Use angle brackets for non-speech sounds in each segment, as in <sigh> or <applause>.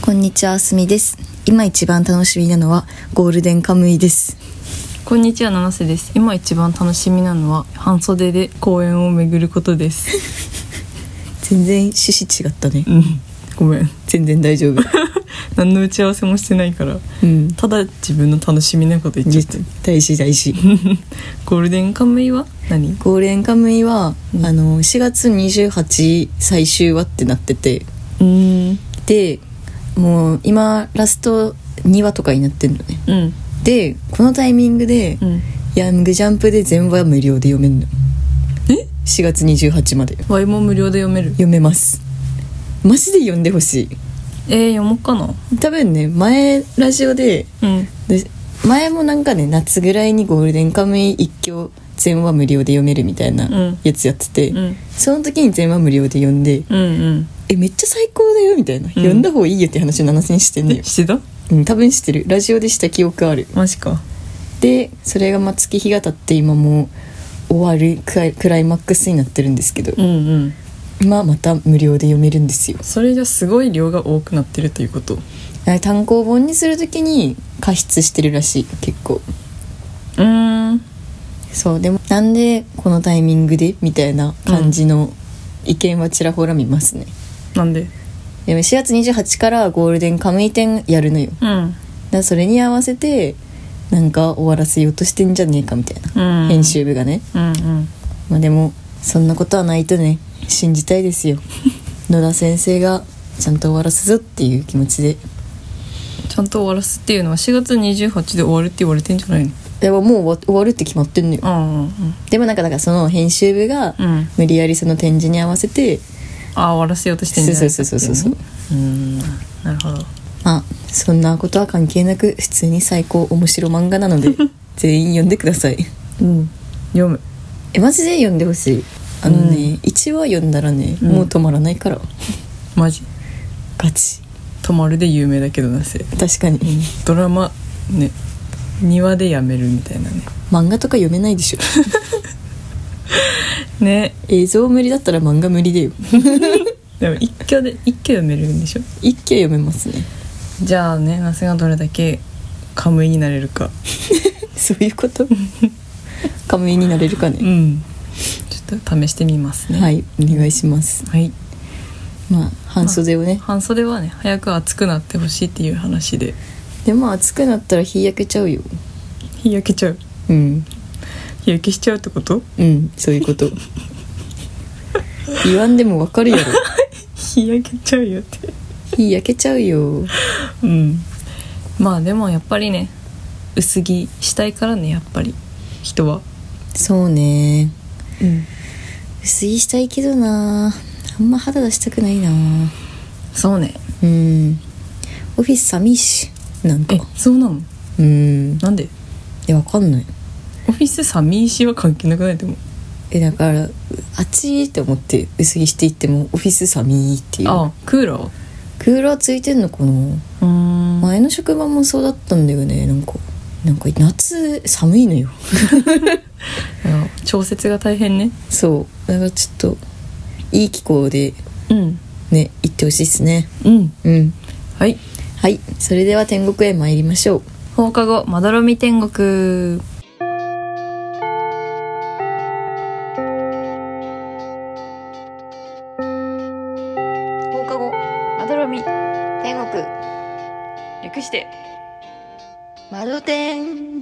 こんにちは、あすみです。今一番楽しみなのはゴールデンカムイです。こんにちは七瀬です今一番楽しみなのは半袖で公園を巡ることです全然趣旨違ったね。うん <laughs> ごめん全然大丈 <laughs> 夫。何の打ち合わせもしてないからうん。ただ自分の楽しみなこと言っちゃって大事大事。 <laughs> ゴールデンカムイは何ゴールデンカムイは、うんあの、4月28最終話ってなってて、うんで、もう今ラスト2話とかになってんのね。うんで、このタイミングで、うんヤングジャンプで全話無料で読めんの。え ?4 月28まで。ワイも無料で読める読めます。マジで読んでほしい。えー、読もうかな多分ね前ラジオでうんで前もなんかね夏ぐらいにゴールデンカムイ一挙全話無料で読めるみたいなうんやつやってて、うんその時に全話無料で読んでうんうん「えめっちゃ最高だよ」みたいな「読んだ方がいいよ」って話を7000してんのよえ、してたうん、多分してるラジオでした記憶あるマジかでそれがまあ月日が経って今もう終わるクライクライマックスになってるんですけどうんうんまあまた無料で読めるんですよそれじゃすごい量が多くなってるということあれ単行本にする時に加筆してるらしい結構うんそうでもなんでこのタイミングでみたいな感じの意見はちらほら見ますね、なんででも4月28からゴールデンカムイ展やるのよだかうんらそれに合わせてなんか終わらせようとしてんじゃねえかみたいな、うん編集部がねうんうんまあでもそんなことはないとね信じたいですよ野田先生がちゃんと終わらせぞっていう気持ちでちゃんと終わらすっていうのは4月28で終わるって言われてんじゃないのでももう終わ終わるって決まってんのよあでもなんかだからその編集部があうんうん無理やりその展示に合わせてああ終わらせようとしてんじそうゃないそうそうそうそうそううんなるほどまあそんなことは関係なく普通に最高面白漫画なの <laughs> で全員読んでくださいうん読むえマジで読んでほしいあのね、一1話読んだらね、うんもう止まらないからマジガチ泊まるで有名だけどなせ確かに、ドラマね庭でやめるみたいなね漫画とか読めないでしょね映像無理だったら漫画無理だよでも一挙で一挙読めるんでしょ一気は読めます <laughs> ねじゃあね那須がどれだけカムイになれるかそういうこと <laughs> カムイになれるかうね、んちょっと試してみますねはいお願いしますはいまあ半袖をね半袖はね早く暑くなってほしいっていう話ででも暑くなったら日焼けちゃうよ日焼けちゃううん日焼けしちゃうってことうんそういうこと <laughs> 言わんでもわかるやろ日焼けちゃうよって火焼けちゃうようんまあでもやっぱりね薄着したいからねやっぱり人はそうねうん薄着したいけどなあんま肌出したくないなそうねうんオフィス寒いしなんかえそうなのうんなんでえわかんないオフィス寂しいは関係なくないでもえだからあっちって思って薄着していってもオフィス寒いっていうああクーラークーラーついてんのかなうーん前の職場もそうだったんだよねなんかなんか夏寒いの <laughs> よあ調節が大変ねそうだからちょっといい気候でうんね行ってほしいっすねうんうんはいはいそれでは天国へ参りましょう放課後まどろみ天国放課後まどろみ天国略して窓天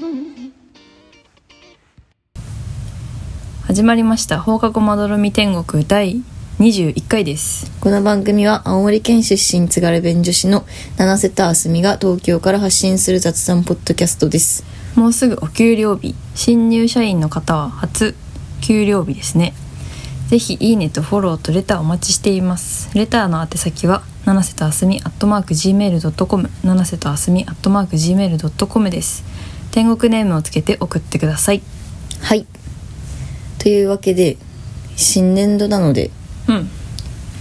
始まりました放課後まどろみ天国第21回ですこの番組は青森県出身津軽弁女子の七瀬田あすみが東京から発信する雑談ポッドキャストですもうすぐお給料日新入社員の方は初給料日ですねぜひいいねとフォローとレターお待ちしていますレターの宛先は七瀬とあすみアットマーク Gmail.com 七瀬とあすみアットマーク Gmail.com です天国ネームをつけて送ってくださいはいというわけで新年度なのでうん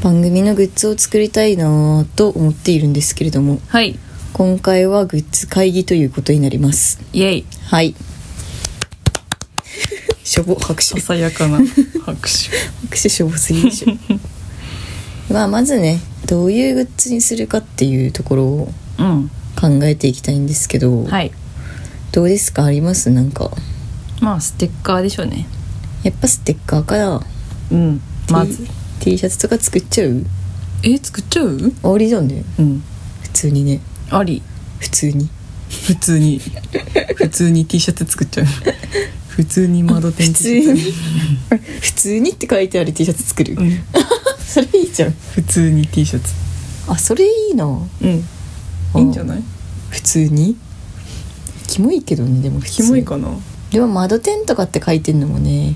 番組のグッズを作りたいなぁと思っているんですけれどもはい今回はグッズ会議ということになりますイエイはいしょぼ拍手 <laughs> ささやかな拍手拍手しょぼすぎでしょ <laughs> まあ、まずねどういうグッズにするかっていうところをうん考えていきたいんですけど、はいどうですかありますなんかまあステッカーでしょうねやっぱステッカーからうんま T, ず T シャツとか作っちゃうえ作っちゃうありじゃんねうん普通にねあり普通に普通に普通に T シャツ作っちゃう普通に窓普店通に普通にって書いてある T シャツ作る、うん <laughs> それいいじゃん普通に T シャツあそれいいなうんいいんじゃない普通にキモいけどねでも普通キにモいかなでも窓店とかって書いてんのもね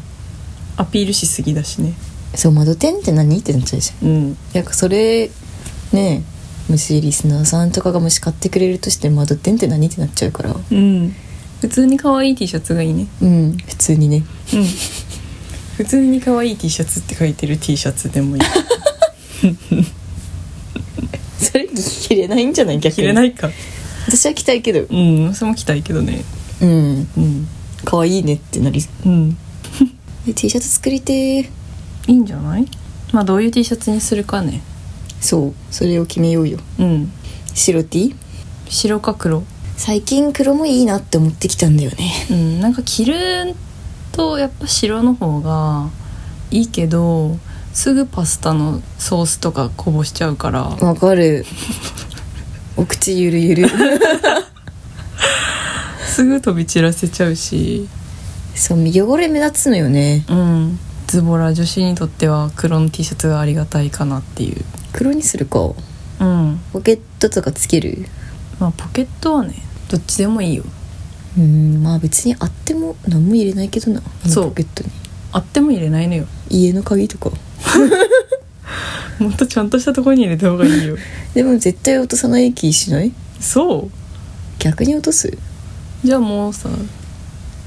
アピールしすぎだしねそう窓店って何ってなっちゃうじゃんうんなんかそれね虫リスナーさんとかが虫買ってくれるとして窓店って何ってなっちゃうからうん普通に可愛い T シャツがいいねうん普通にね <laughs> うん普通に可愛い T シャツって書いてる T シャツで <laughs> もいいそれ着れないんじゃない逆に着れないか私は着たいけどうんそれも着たいけどねうんうん可愛いねってなりうんえ T シャツ作りてーいいんじゃないまあどういう T シャツにするかねそうそれを決めようようん白 T 白か黒最近黒もいいなって思ってきたんだよねうんなんか着るとやっぱ白の方がいいけどすぐパスタのソースとかこぼしちゃうからわかる <laughs> お口ゆるゆるすぐ飛び散らせちゃうしそう汚れ目立つのよねうんズボラ女子にとっては黒の T シャツがありがたいかなっていう黒にするかうんポケットとかつけるまあポケットはねどっちでもいいようんまあ別にあっても何も入れないけどなあのそうポケットにあっても入れないのよ <laughs> 家の鍵とかもっとちゃんとしたところに入れた方がいいよでも絶対落とさない気しないそう逆に落とすじゃあもうさ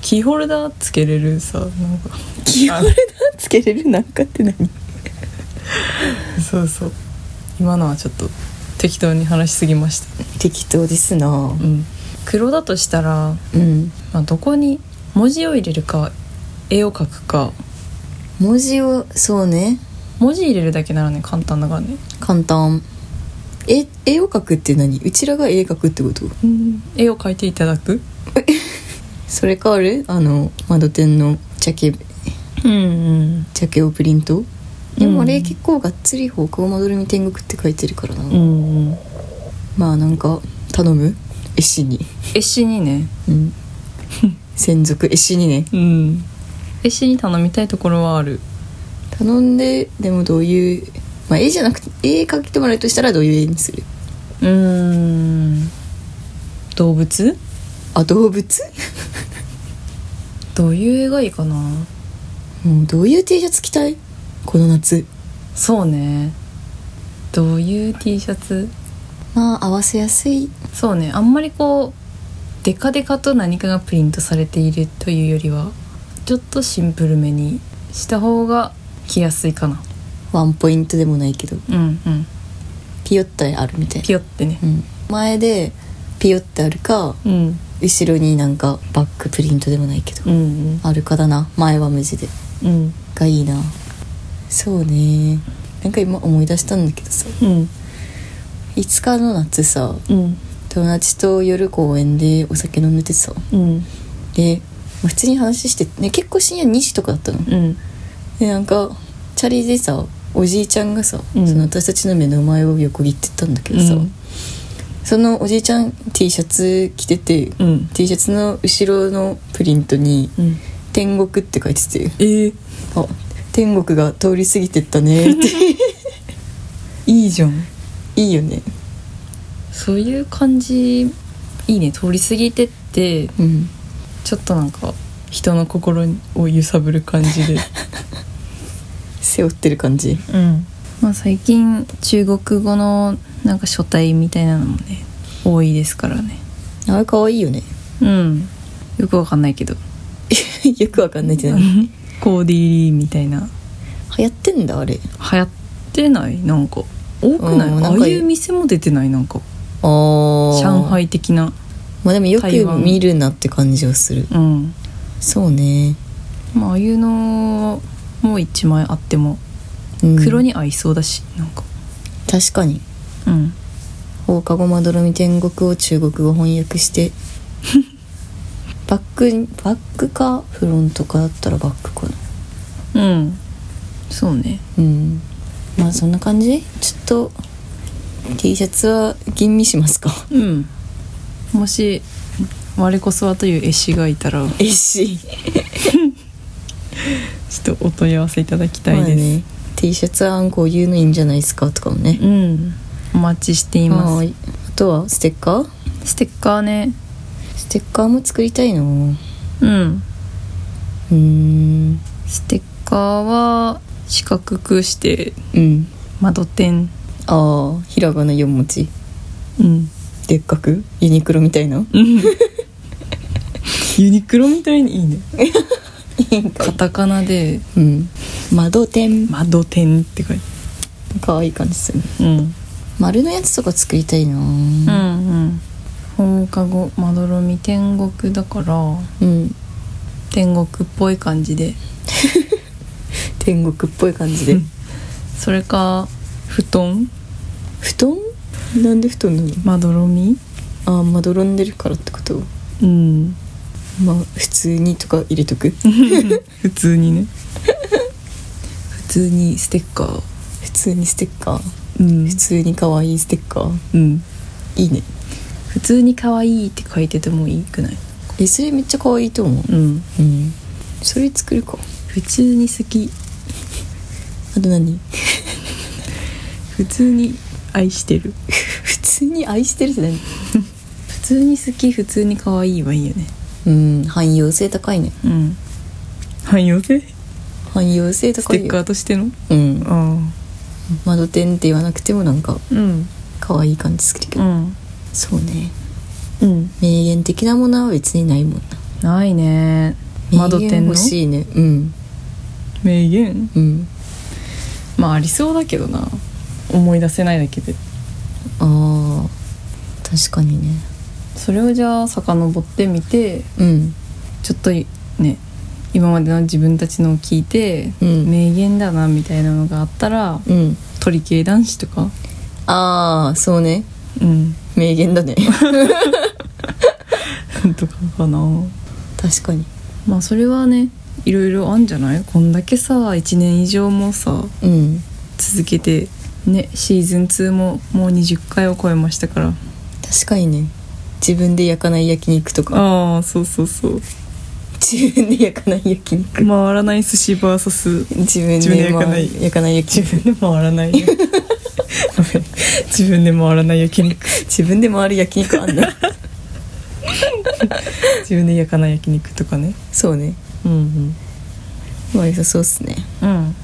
キーホルダーつけれるさなんかキーホルダーつけれるなんかって何そうそう今のはちょっと適当に話しすぎました適当ですなうん黒だとしたら、うんまあ、どこに文字を入れるか絵を描くか文字をそうね文字入れるだけならね簡単だからね、簡単え絵を描くって何うちらが絵描くってことうん、絵を描いていただくそれかあれあの窓店のジャケジうんうんャケをプリントでもあうれん結構がっつり「方向窓るみ天国」って書いてるからな、うんうんまあなんか頼む絵師に絵師にねうん <laughs> 専属絵師にねうん絵師に頼みたいところはある頼んででもどういうまあ絵じゃなくて絵描いてもらうとしたらどういう絵にするうん動物あ動物 <laughs> どういう絵がいいかなもうどういう T シャツ着たいこの夏そうねどういう T シャツまあ合わせやすいそうねあんまりこうデカデカと何かがプリントされているというよりはちょっとシンプルめにした方が着やすいかなワンポイントでもないけどうんうんピヨッてあるみたいなピヨってねうん、前でピヨってあるかうん後ろになんかバックプリントでもないけど、うんあるかだな前は無地でうんがいいなそうねなんか今思い出したんだけどさうん5日の夏さうん友達と夜公園でお酒飲んでてさうんでまあ普通に話して、ね、結構深夜2時とかだったのうんでなんかチャリでさおじいちゃんがさ、うんその私たちの目の前を横切ってったんだけどさ、うんそのおじいちゃん T シャツ着てて、うん T シャツの後ろのプリントにうん「天国」って書いててえー、 「あ天国が通り過ぎてったね」っていいじゃんいいよねそういう感じいいね通り過ぎてってうんちょっとなんか人の心を揺さぶる感じ <laughs> で背負ってる感じうんまあ、最近中国語のなんか書体みたいなのもね多いですからねあれかわいいよねうんよくわかんないけ <laughs> どよくわかんないけど流 <laughs> コーディリーみたいな行ってんだあれ流行ってないなんか多くないうんなあんかあいう店も出てないなんかあー上海的なまあでもよく台湾見るなって感じはするうんそうね、まあああいうのもう一枚あってもうん黒に合いそうだしなんか確かにうん放課後まどろみ天国を中国語翻訳して <laughs> バックにバックかフロントかだったらバックかなうんそうねうんまあそんな感じちょっと T シャツは吟味します <laughs> かうんもし我こそはという絵師がいたらえっしちょっとお問い合わせいただきたいまあです、ね T シャツはこういうのいいんじゃないですかとかもねうんお待ちしていまはすーいあとはステッカーステッカーねステッカーも作りたいのうんうーんステッカーは四角くしてうん窓点ああひらがな4文字うんでっかくユニクロみたいなユニクロみたいにいい <laughs> ねカタカナでうん窓点窓点って書いて可愛い感じするうん丸のやつとか作りたいなううんうん放課後まどろみ天国だからん、天国っぽい感じで天国っぽい感じで、うんそれか布団布団なんで布団なのまどろみああまどろんでるからってことうんまあ普通にとか入れとく <laughs> 普通にね普通にステッカー普通にステッカーうん普通に可愛いステッカーうんいいね普通に可愛いって書いててもいいくないえそれめっちゃ可愛いと思ううんうんそれ作るか普通に好きあと何 <laughs> 普通に愛してる普通に愛してるって何普通に好き普通に可愛いはいいよねうん汎用性高いねうん汎用性汎用性ス高いテッよカーとしてのうんあ窓点って言わなくてもなんかあうん可愛い感じするけうど、んそうねうん名言的なものは別にないもんなないね窓名言点の欲しいねうん名言うんまあありそうだけどな思い出せないだけであー確かにねそれをじゃあ遡ってみてうんちょっとね今までの自分たちのを聞いて、うん名言だなみたいなのがあったらうん鳥系男子とかああそうねうん <laughs> 名言だねとかかな確かにまあそれはねいろいろあんじゃないこんだけさ1年以上もさうん続けてねシーズン2ももう20回を超えましたから確かにね自分で焼かない焼肉とかああそうそうそう自分で焼かない焼肉回らない寿司 VS 自分自分でで焼まかあない焼かない焼肉自分で回ら <laughs> ない自分で回らない焼肉自分で回る焼肉あん <laughs> な自分で焼かない焼肉とかねそうねうんまあ良さそうっすねうんうん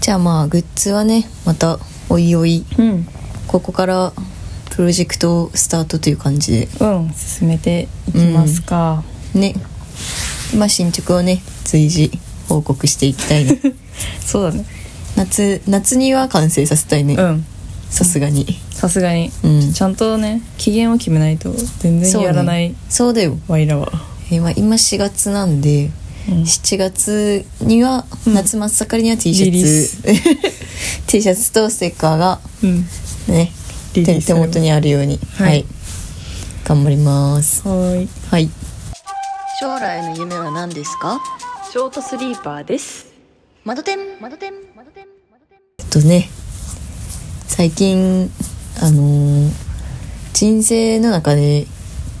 じゃあまあグッズはねまたおいおいうんここからプロジェクトスタートという感じでうん進めていきますか、ねまあ進捗をね随時報告していきたい <laughs> ねそうだね夏夏には完成させたいねうんさすがにさすがに、うんちゃんとね期限を決めないと全然やらない、そう,、そうだよわいらは今今4月なんで、うん7月には、夏真っ盛りには T シリリーャツ <laughs> T シャツとステッカーがうんねリリー手スさ手れます元にあるようにはい頑張りますはーいはい将来の夢は何ですかショートスリーパーです窓点窓点窓点えっとね最近あのー人生の中で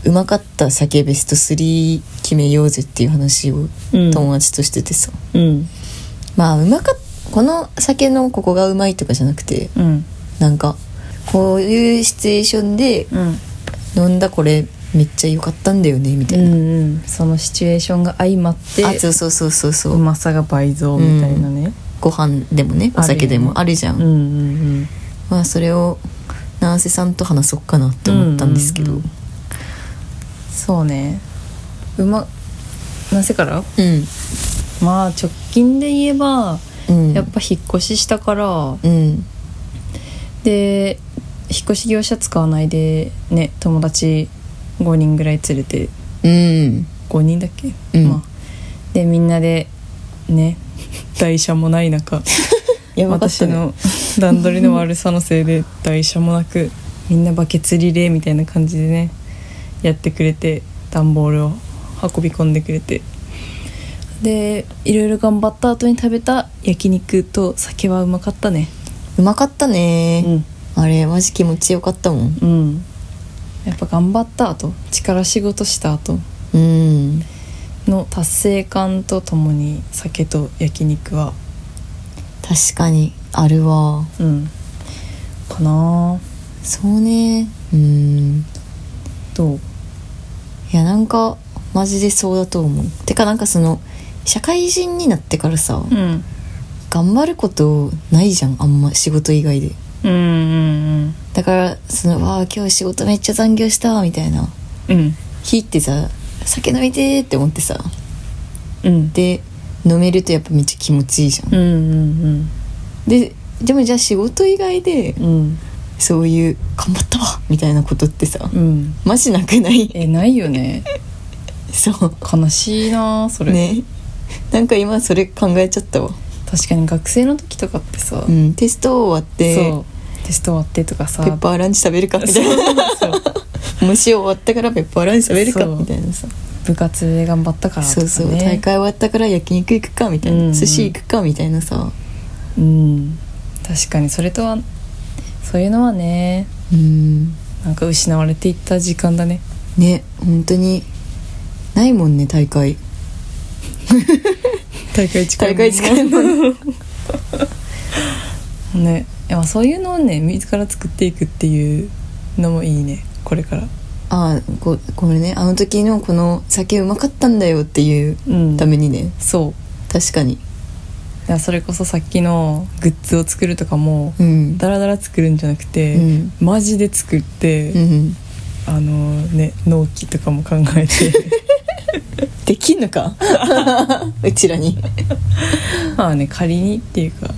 うまかった酒ベスト3決めようぜっていう話をうん友達としててさ、うんまあうまかっこの酒のここがうまいとかじゃなくてうんなんかこういうシチュエーションでうん飲んだこれめっちゃ良かったんだよねみたいな、うんそのシチュエーションが相まってあそうそうそうそうそううまさが倍増みたいなね、ご飯でもねお酒でもあるじゃん、うん、うんうんまあそれを七瀬さんと話そうかなって思ったんですけどうんうんそうねうまなぜからうんまあ直近で言えば、うんやっぱ引っ越ししたからうんで引っ越し業者使わないでね友達5人ぐらい連れてうん5人だっけ、うん <laughs> まあでみんなでね台車もない中やばかった私ねの段取りの悪さのせいで台車もなくみんなバケツリレーみたいな感じでねやってくれて段ボールを運び込んでくれてでいろいろ頑張った後に食べた焼肉と酒はうまかったねうまかったね、うんあれマジ気持ちよかったもんうんやっぱ頑張った後力仕事した後うんの達成感とともに酒と焼肉は確かにあるわうんかなそうねうんどういやなんかマジでそうだと思うてかなんかその社会人になってからさ、うん頑張ることないじゃんあんま仕事以外でうんうんだからその「わあ今日仕事めっちゃ残業した」みたいなうんうん日ってさ酒飲みてーって思ってさうんで飲めるとやっぱめっちゃ気持ちいいじゃんうんうんででもじゃあ仕事以外でうんうんそういう「頑張ったわ」みたいなことってさうんマジなくない <laughs> えないよねそう悲しいなそれ、ねなんか今それ考えちゃったわ、確かに学生の時とかってさ、うん、テスト終わってそうテスト終わってとかさペッパーランチ食べるかみたいなそうそう虫終わったからペッパーランチ食べるかそうみたいなさ部活で頑張ったからとか、そうね、そう大会終わったから焼肉行くかみたいな、うんうん寿司行くかみたいなさうん確かにそれとはそういうのはねうんなんか失われていった時間 <laughs> だねね本当にないもんね大会大会近大会近いもんねねいやそういうのをね自ら作っていくっていうのもいいねこれから <laughs> ああここれねあの時のこの酒うまかったんだよっていううんためにねそう確かにだからそれこそさっきのグッズを作るとかもうんダラダラ作るんじゃなくて、うんマジで作って、うんあのね納期とかも考えてできんのか <laughs> うちらにまあね仮にっていうか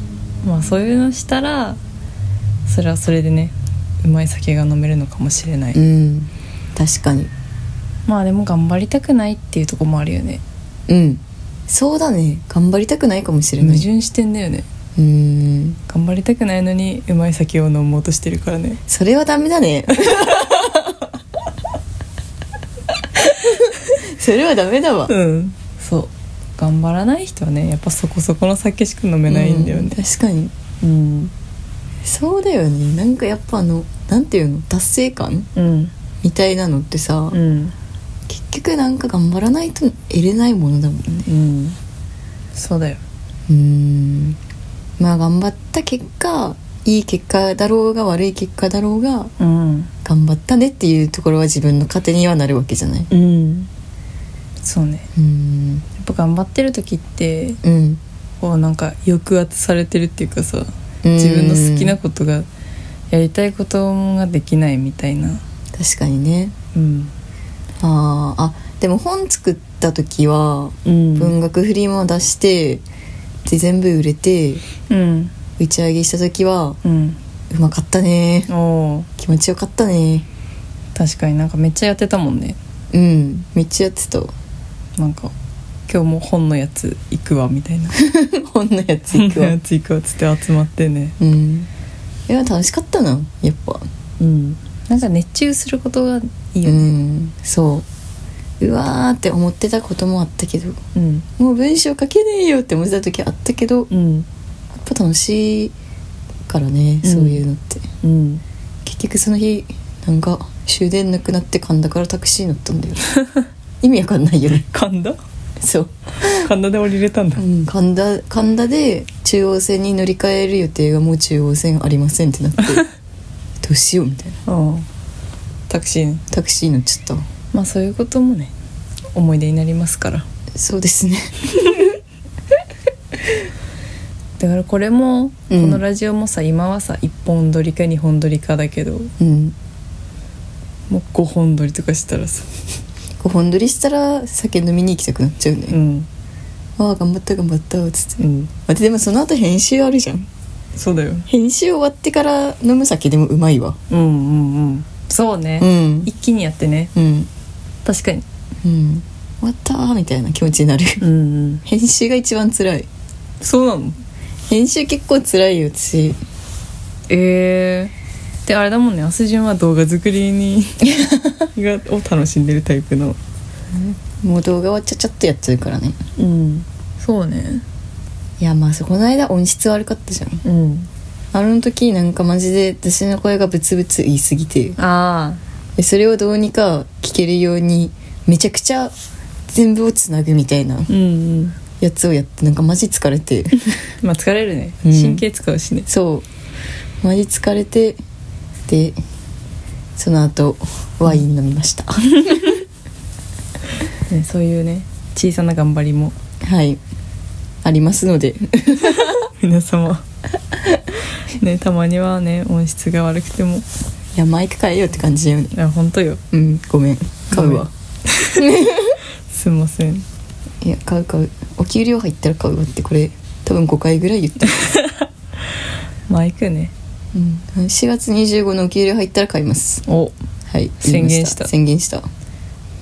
まあそういうのしたらそれはそれでねうまい酒が飲めるのかもしれない、うん確かにまあでも頑張りたくないっていうとこもあるよねうんそうだね頑張りたくないかもしれ矛ない盾してんだよねうん頑張りたくないのにうまい酒を飲もうとしてるからねそれはダメだね <laughs> それはダメだわうんそう頑張らない人はねやっぱそこそこの酒しか飲めないんだようんね確かにうんそうだよねなんかやっぱあのなんていうの達成感うんみたいなのってさ、うん、結局なんか頑張らないと得れないものだもんねうん、そうだようーんまあ頑張った結果いい結果だろうが悪い結果だろうがうん頑張ったねっていうところは自分の糧にはなるわけじゃないうんそうねうーんやっぱ頑張ってる時ってうんこうなんか抑圧されてるっていうかさうん自分の好きなことがやりたいことができないみたいな確かにねうんあーあでも本作った時はうん文学フリーも出してで全部売れてうん打ち上げした時はうんうまかったねおー気持ちよかったね確かになんかめっちゃやってたもんねうんめっちゃやってた <laughs> なんか今日も本のやつ行くわみたいなほんのやつ本行くの <laughs> わやつ行くわっつって集まってねうんいや楽しかったなやっぱうんなんか熱中することがいいようねんそううわーって思ってたこともあったけどうんもう文章書けねえよって思ってた時あったけどやっうんぱ楽しいからねうんそういうのって、うん結局その日なんか終電なくなって神田からタクシー乗ったんだよ <laughs> 意味わかんないよ <laughs> ね神田そう、神田で降りれたんだうん、神田神田で中央線に乗り換える予定がもう中央線ありませんって <laughs> なってどうしようみたいなうんタクシーねタクシー乗っちゃったわまあそういうこともね思い出になりますからそうですねだからこれも、うんこのラジオもさ今はさ1本撮りか2本撮りかだけどうんもう5本撮りとかしたらさ5本撮りしたら酒飲みに行きたくなっちゃううね、んああ頑張った頑張ったっつってうん待ってでもその後編集あるじゃんそうだよ編集終わってから飲む酒でもうまいわうんうんうんそうね、うん一気にやってねうん確かにうん終わったーみたいな気持ちになるうんうん編集が一番辛いそうなの編集結構辛いよ私えー、であれだもんねあすじゅんは動画作り <laughs> にがを楽しんでるタイプのもう動画はちゃちゃっとやっちゃうからねうんそうねいやまあそうこの間音質悪かったじゃんうんあの時なんかマジで私の声がブツブツ言いすぎてあでそれをどうにか聞けるようにめちゃくちゃ全部をつなぐみたいなあうんうんやつをやってなんかマジ疲れてまあ疲れるねうん神経使うしね、そうマジ疲れてでその後ワイン飲みましたねそういうね小さな頑張りも <laughs> はいありますので皆 <laughs> 様ねたまにはね音質が悪くてもいやマイク買えよって感じだよねいや本当ようんごめん買う <laughs> わすんませんいや買う買うお給料入ったら買うわってこれ多分5回ぐらい言ってる、まあ行くね <laughs> うん、4月25のお給料入ったら買いますおはい宣言し言いたま宣言した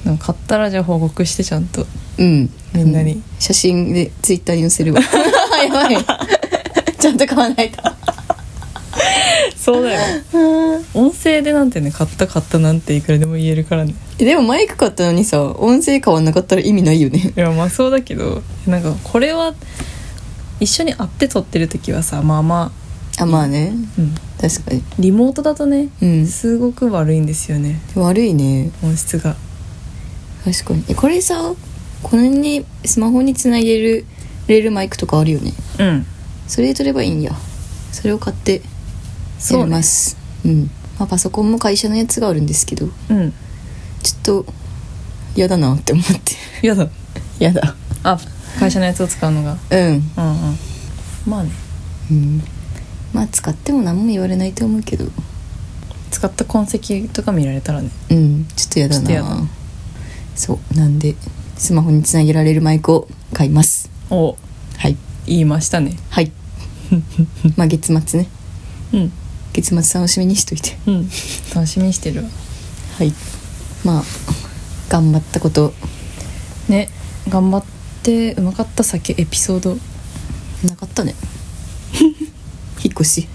なんか買ったらじゃあ報告してちゃんとうんみんなにう写真でツイッターに載せる <laughs> わやばいちゃんと買わ <laughs> ないとそうだよ <laughs> 音声でなんてね買った買ったなんていくらでも言えるからねえでもマイク買ったのにさ音声変わんなかったら意味ないよねいやまあそうだけどなんかこれは一緒に会って撮ってる時はさまあまあまあねあ、うん、確かにリモートだとね、うんすごく悪いんですよね悪いね音質が確かにえこれさこれにスマホにつなげるれるマイクとかあるよねうんそれで撮ればいいんやそれを買ってそやうりねますうん、まあ、パソコンも会社のやつがあるんですけどうんちょっと嫌だなって思って <laughs> やだ嫌だあ会社のやつを使うのがうん、うんうんまあねうん、まあ使っても何も言われないと思うけど使った痕跡とか見られたらねうんちょっと嫌だちょっなと嫌だそうなんでスマホにつなげられるマイクを買いますおはい言いましたねはい <laughs> まあ月末ねうん月末楽しみにしといてうん楽しみにしてるわはいまあ頑張ったことね頑張ってうまかった酒エピソード引っなかったね <laughs> 引っ越し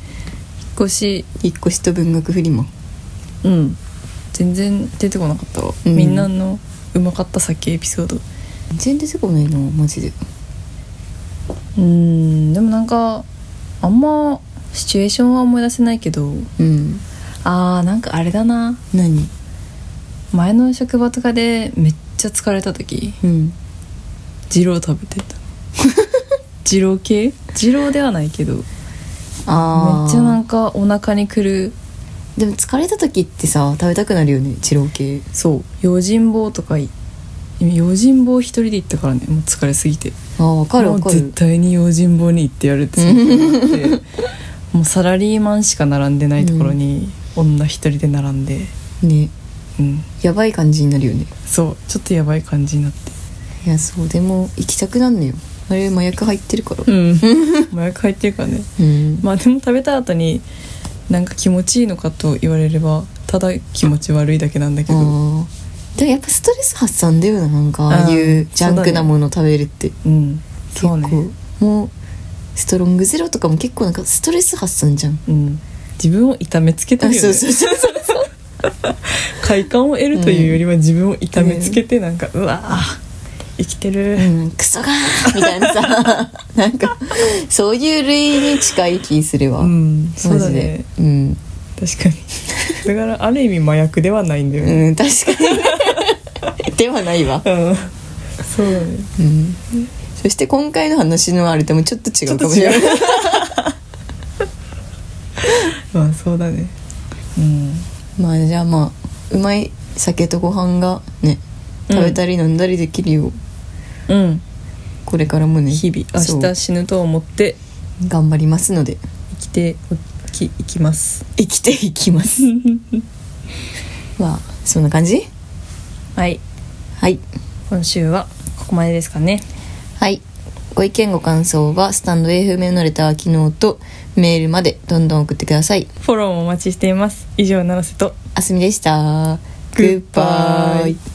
越し引っ越しと文学フリマうん全然出てこなかったわ、うんみんなのうまかった酒エピソード全然出てこないなマジでうんでもなんかあんまシチュエーションは思い出せないけどうんあーなんかあれだな何前の職場とかでめっちゃ疲れた時うん二郎食べて <laughs> た二郎系二郎ではないけどめっああちゃなんかお腹にくるでも疲れた時ってさ食べたくなるよね二郎系そう用心棒とかい用心棒一人で行ったからねもう疲れすぎてああ分かるもう分か絶る対に用心棒に行ってやるってそう思 <laughs> ってもうサラリーマンしか並んでないところに女一人で並んでねうんやばい感じになるよねそうちょっとやばい感じになっていやそうでも行きたくなんのよあれ麻薬入ってるからうん <laughs> 麻薬入ってるからねうんまあでも食べた後になんか気持ちいいのかと言われればただ気持ち悪いだけなんだけあどーでもやっぱストレス発散だよななんかああいうジャンクなもの食べるって、うん結そう構ね、もうストロングゼロとかも結構なんかストレス発散じゃん、うん、自分を痛めつけたありよそうねそうそうそう快感を得るというよりは自分を痛めつけてなんか、うわー生きてる、うん、クソがーみたいな <laughs> さなんかそういう類に近い気するわ、うん、そマうだジねでうん、確かにだからある意味麻薬ではないんだよねうん、確かにではないわ、うん、そうだねうん、そして今回の話のあれともちょっと違うかもしれないちょっまあそうだねうんまあじゃあまあうまい酒とご飯がねうん食べたり飲んだりできるよ、ううんこれからもね日々そう明日死ぬと思って頑張りますので生きておきいきます生きていきますまあそんな感じ <laughs> はいはい今週はここまでですかねはいご意見ご感想はスタンド FM のレター機能とメールまでどんどん送ってくださいフォローもお待ちしています以上七瀬とあすみでしたグッバイ